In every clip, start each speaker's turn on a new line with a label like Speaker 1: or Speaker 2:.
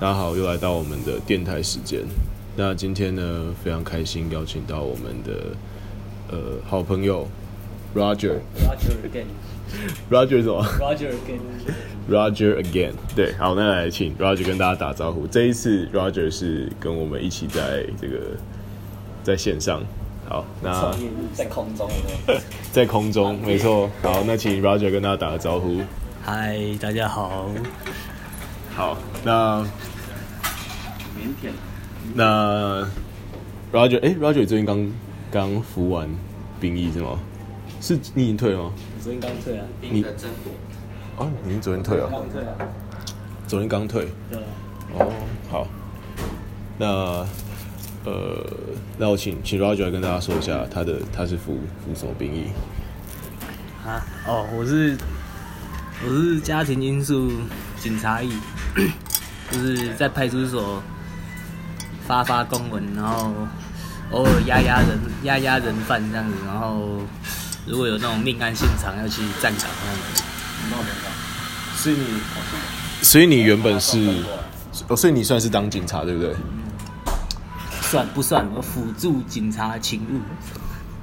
Speaker 1: 大家好，又来到我们的电台时间。那今天呢，非常开心邀请到我们的呃好朋友 Roger，Roger
Speaker 2: Roger again,
Speaker 1: Roger 什么
Speaker 2: Roger again。
Speaker 1: ？Roger again。对，好，那来请 Roger 跟大家打招呼。这一次 Roger 是跟我们一起在这个在线上。好，那
Speaker 2: 创业路上
Speaker 3: 在空中
Speaker 1: 在空中，没错。好，那请 Roger 跟大家打个招呼。
Speaker 2: 嗨，大家好。
Speaker 1: 好，那
Speaker 3: 腼腆，
Speaker 1: 那 Roger，哎、r o g e r 最近刚刚服完兵役是吗？是你已经退了吗？
Speaker 2: 我昨天刚退啊，
Speaker 3: 冰的真火，
Speaker 1: 哦，你是昨天退了，
Speaker 2: 刚退啊，
Speaker 1: 昨天刚退。
Speaker 2: 对啊。
Speaker 1: 哦，好，那呃，那我请请 Roger 来跟大家说一下他的他是服服什么兵役？
Speaker 4: 啊，哦，我是我是家庭因素警察役，就是在派出所发发公文，然后偶尔压压人、压压人犯这样子，然后如果有那种命案现场要去站岗这样子。呃
Speaker 1: 所以你，所以你原本是，哦，所以你算是当警察对不对？
Speaker 4: 算不算？我辅助警察勤务，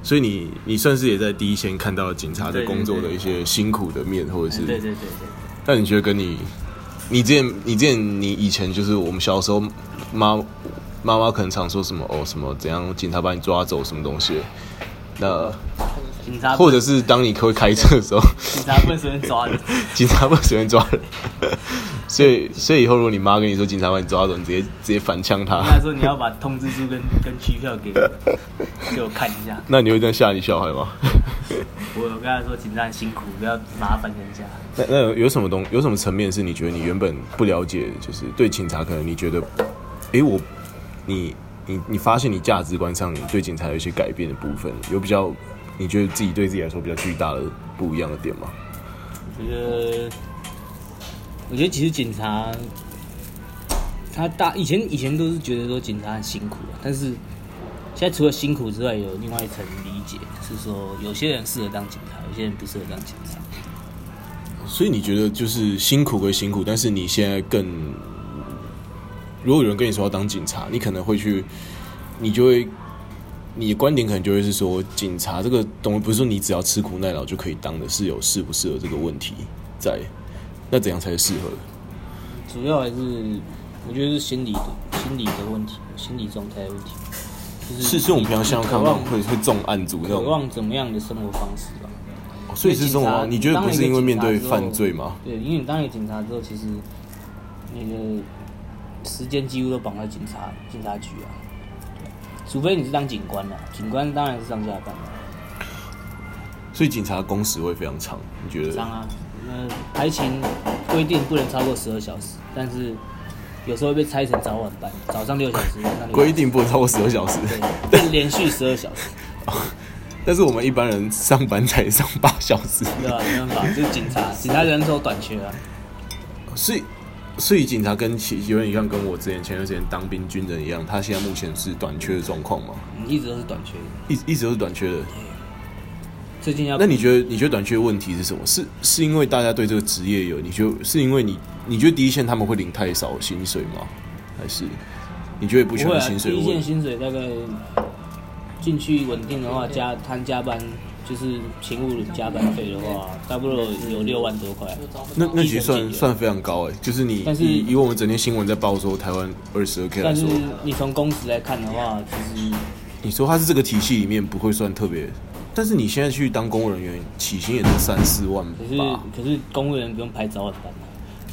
Speaker 1: 所以你你算是也在第一线看到警察在
Speaker 4: 对对
Speaker 1: 工作的一些辛苦的面，或者
Speaker 4: 哎
Speaker 1: 是
Speaker 4: 对对对对，
Speaker 1: 那你觉得跟你，你之前，你之前，你以前就是我们小时候，妈妈妈可能常说什么哦，什么怎样，警察把你抓走什么东西的，那
Speaker 4: 警察不
Speaker 1: 或者是当你会开车的时候，
Speaker 4: 警察不能随便抓的，
Speaker 1: 警察不会随便抓人， 所以所以以后如果你妈跟你说警察把你抓走，你直接直接反呛她，
Speaker 4: 他说你要把通知书跟跟区票给我，给我看一下。
Speaker 1: 那你会这样吓你小孩吗？
Speaker 4: 我有跟他说，警察很辛苦，不要麻烦人家。
Speaker 1: 那那有有什么东有什么层面是你觉得你原本不了解，就是对警察可能你觉得，诶、我你你你发现你价值观上你对警察有一些改变的部分，有比较你觉得自己对自己来说比较巨大的不一样的点吗？
Speaker 4: 我觉得，我觉得其实警察，他大以前以前都是觉得说警察很辛苦啊，但是现在除了辛苦之外，有另外一层理解，是说有些人适合当警察，有些人不适合当警察。
Speaker 1: 所以你觉得就是辛苦归辛苦，但是你现在更，如果有人跟你说要当警察，你可能会去，你就会，你的观点可能就会是说，警察这个东西不是说你只要吃苦耐劳就可以当的，是有适不适合这个问题在，那怎样才是适合的？
Speaker 4: 主要还是我觉得是心理的心理的问题，心理状态的问题，就是
Speaker 1: 是是我们平常想看
Speaker 4: 渴
Speaker 1: 到那
Speaker 4: 望
Speaker 1: 种会会重案组那
Speaker 4: 渴
Speaker 1: 种，
Speaker 4: 望怎么样的生活方式吧。
Speaker 1: 所嗯以是这种
Speaker 4: 因为
Speaker 1: 吗？
Speaker 4: 警察
Speaker 1: 你觉得不是因为面对犯罪吗？？
Speaker 4: 当一个警察之后对，因为你当一个警察之后，其实你的时间几乎都绑在警察警察局啊，除非你是当警官了、啊警官当然是上下班啊了、
Speaker 1: 所以警察工时会非常长，你觉
Speaker 4: 上
Speaker 1: 得？
Speaker 4: 啊。那排勤规定不能超过十二小时，但是有时候会被拆成早晚班，早上六小时，晚上六小时
Speaker 1: 规定不能超过十二小时，
Speaker 4: 对，会连续十二小时，
Speaker 1: 但是我们一般人上班才上八小时。
Speaker 4: 对吧、没办法，就是警察，警察人手短缺啊。
Speaker 1: 所以，所以警察跟其有点像跟我之前前段时间当兵军人一样，他现在目前是短缺的状况嘛，
Speaker 4: 嗯一直都是短缺的，
Speaker 1: 一一直都是短缺的。
Speaker 4: 啊最近要
Speaker 1: 那你觉得你觉得短缺的问题是什么？是是因为大家对这个职业有，你觉得是因为你你觉得第一线他们会领太少薪水吗？还是你觉得不喜
Speaker 4: 会
Speaker 1: 欢
Speaker 4: 啊，
Speaker 1: 薪水
Speaker 4: 第
Speaker 1: 的
Speaker 4: 一
Speaker 1: 问
Speaker 4: 线
Speaker 1: 题？
Speaker 4: 薪水大概进去稳定的话，加摊加班就是勤务加班费的话，差不多有六万多块。
Speaker 1: 那那其实
Speaker 4: 第一线
Speaker 1: 算
Speaker 4: 薪水
Speaker 1: 算非常高哎、就是你
Speaker 4: 啊但是
Speaker 1: 以以我们整天新闻在报说台湾二十二 k 来
Speaker 4: 但是
Speaker 1: 说，
Speaker 4: 你从工时来看的话，其实
Speaker 1: 你说他是这个体系里面不会算特别，但是你现在去当公务人员，起薪也才三四万吧？
Speaker 4: 可是可是公务员不用排早晚班啊，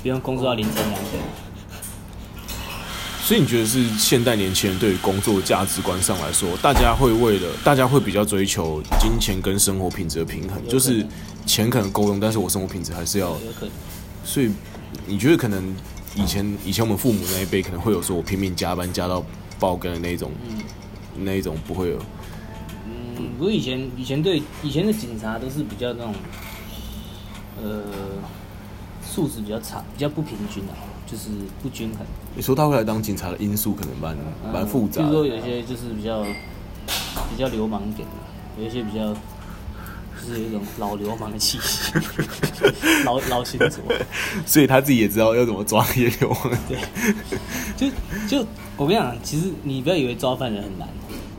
Speaker 4: 不用工作到凌晨两点。
Speaker 1: 所以你觉得是现代年轻人对于工作价值观上来说，大家会为了大家会比较追求金钱跟生活品质的平衡，
Speaker 4: 有可能
Speaker 1: 就是钱可能够用，但是我生活品质还是要。
Speaker 4: 有可能
Speaker 1: 所以你觉得可能以前以前我们父母那一辈可能会有说我拼命加班加到爆肝的那一种，那一种不会有。
Speaker 4: 嗯，不过以前以前对以前的警察都是比较那种，呃，素质比较差，比较不平均啊，就是不均衡。
Speaker 1: 你说他会来当警察的因素可能蛮
Speaker 4: 嗯
Speaker 1: 蛮复杂
Speaker 4: 譬如说
Speaker 1: 的，
Speaker 4: 有一些就是比较比较流氓一点的，有一些比较就就是有一种老流氓的气息， 老老新左。
Speaker 1: 所以他自己也知道要怎么抓野流氓。
Speaker 4: 对，就就我跟你讲，其实你不要以为抓犯人很难，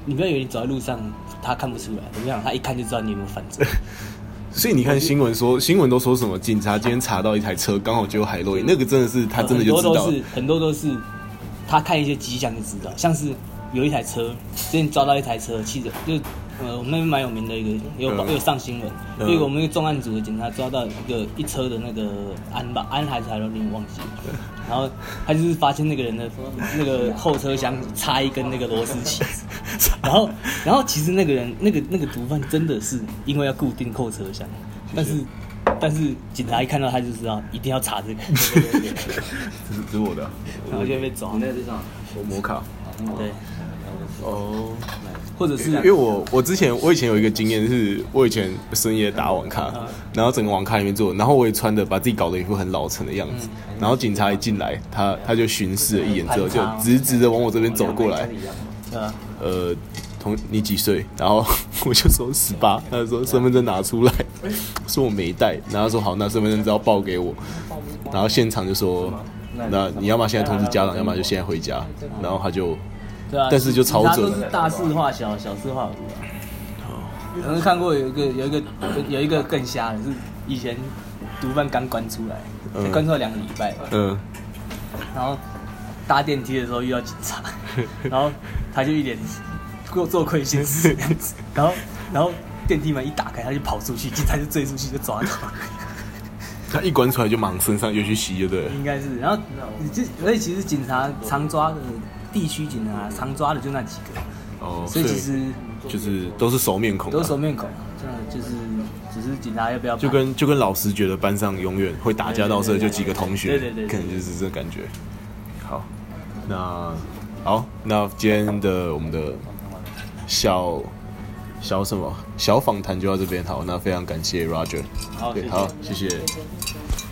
Speaker 4: 你不要以为你走在路上他看不出来，我跟你讲，他一看就知道你有没有犯罪。
Speaker 1: 所以你看新闻说，新闻都说什么警察今天查到一台车刚好就有海洛因，那个真的是他真的就
Speaker 4: 很
Speaker 1: 知
Speaker 4: 多
Speaker 1: 道
Speaker 4: 都
Speaker 1: 了
Speaker 4: 是很多都是他看一些迹象就知道，像是有一台车，之前抓到一台车，记者就呃我们那边蛮有名的一个，有
Speaker 1: 嗯
Speaker 4: 有上新闻，
Speaker 1: 嗯
Speaker 4: 有一个我们一个重案组的警察抓到一个一车的那个安吧安还是海洛因忘记了，然后他就是发现那个人的那个后车厢插一根那个螺丝起 子。然后，然后其实那个人，那个那个毒贩真的是因为要固定后车厢，但是但是警察一看到他就知道一定要 查这个，
Speaker 1: 这是这是我的啊，
Speaker 4: 然后就会被抓
Speaker 3: 你。那个是什么？
Speaker 1: 我摩卡
Speaker 4: 对，
Speaker 1: 哦。
Speaker 4: 或者是啊
Speaker 1: 因为我我之前我以前有一个经验是，我以前深夜打网咖，
Speaker 4: 啊
Speaker 1: 然后整个网咖里面坐，然后我也穿的把自己搞得一副很老成的样子，
Speaker 4: 嗯
Speaker 1: 然后警察一进来，他他就巡视了一眼之后，就
Speaker 4: 攀爬
Speaker 1: 直直的往我这边走过来
Speaker 3: 跟，你一样
Speaker 4: 呃，
Speaker 1: 呃，同你几岁？然后 我就说十八，他就说身份证拿出来，说我没带，然后他说好，那身份证只要报给我，然后现场就说，那你要么现在通知家长，要么就现在回家，然后他就
Speaker 4: 对啊，
Speaker 1: 但是就超
Speaker 4: 他
Speaker 1: 准
Speaker 4: 都是大事化小，小事化无啊。有没有看过有一个有一个有一个更瞎的是以前毒贩刚关出来，
Speaker 1: 嗯
Speaker 4: 才关出来两个礼拜吧，
Speaker 1: 嗯
Speaker 4: 然后搭电梯的时候遇到警察， 然后他就一脸做做亏心事的样子，然后然后电梯门一打开他就跑出去，警察就追出去就抓他。
Speaker 1: 他一关出来就马上身上又去洗，就对了。
Speaker 4: 应该是。然后你这，而且其实警察常抓的地区警察常抓的就那几个，
Speaker 1: 哦，
Speaker 4: 所以其实
Speaker 1: 就是都是熟面孔啊、
Speaker 4: 都是熟面孔，真的就是只是警察要不要
Speaker 1: 就跟就跟老师觉得班上永远会打架闹事的就几个同学，
Speaker 4: 对对对对
Speaker 1: 可能就是这个感觉。好，那好，那今天的我们的小小什么小访谈就到这边。好，那非常感谢 Roger，
Speaker 4: 好
Speaker 1: 对，
Speaker 4: 谢谢
Speaker 1: 好，谢谢。
Speaker 4: 判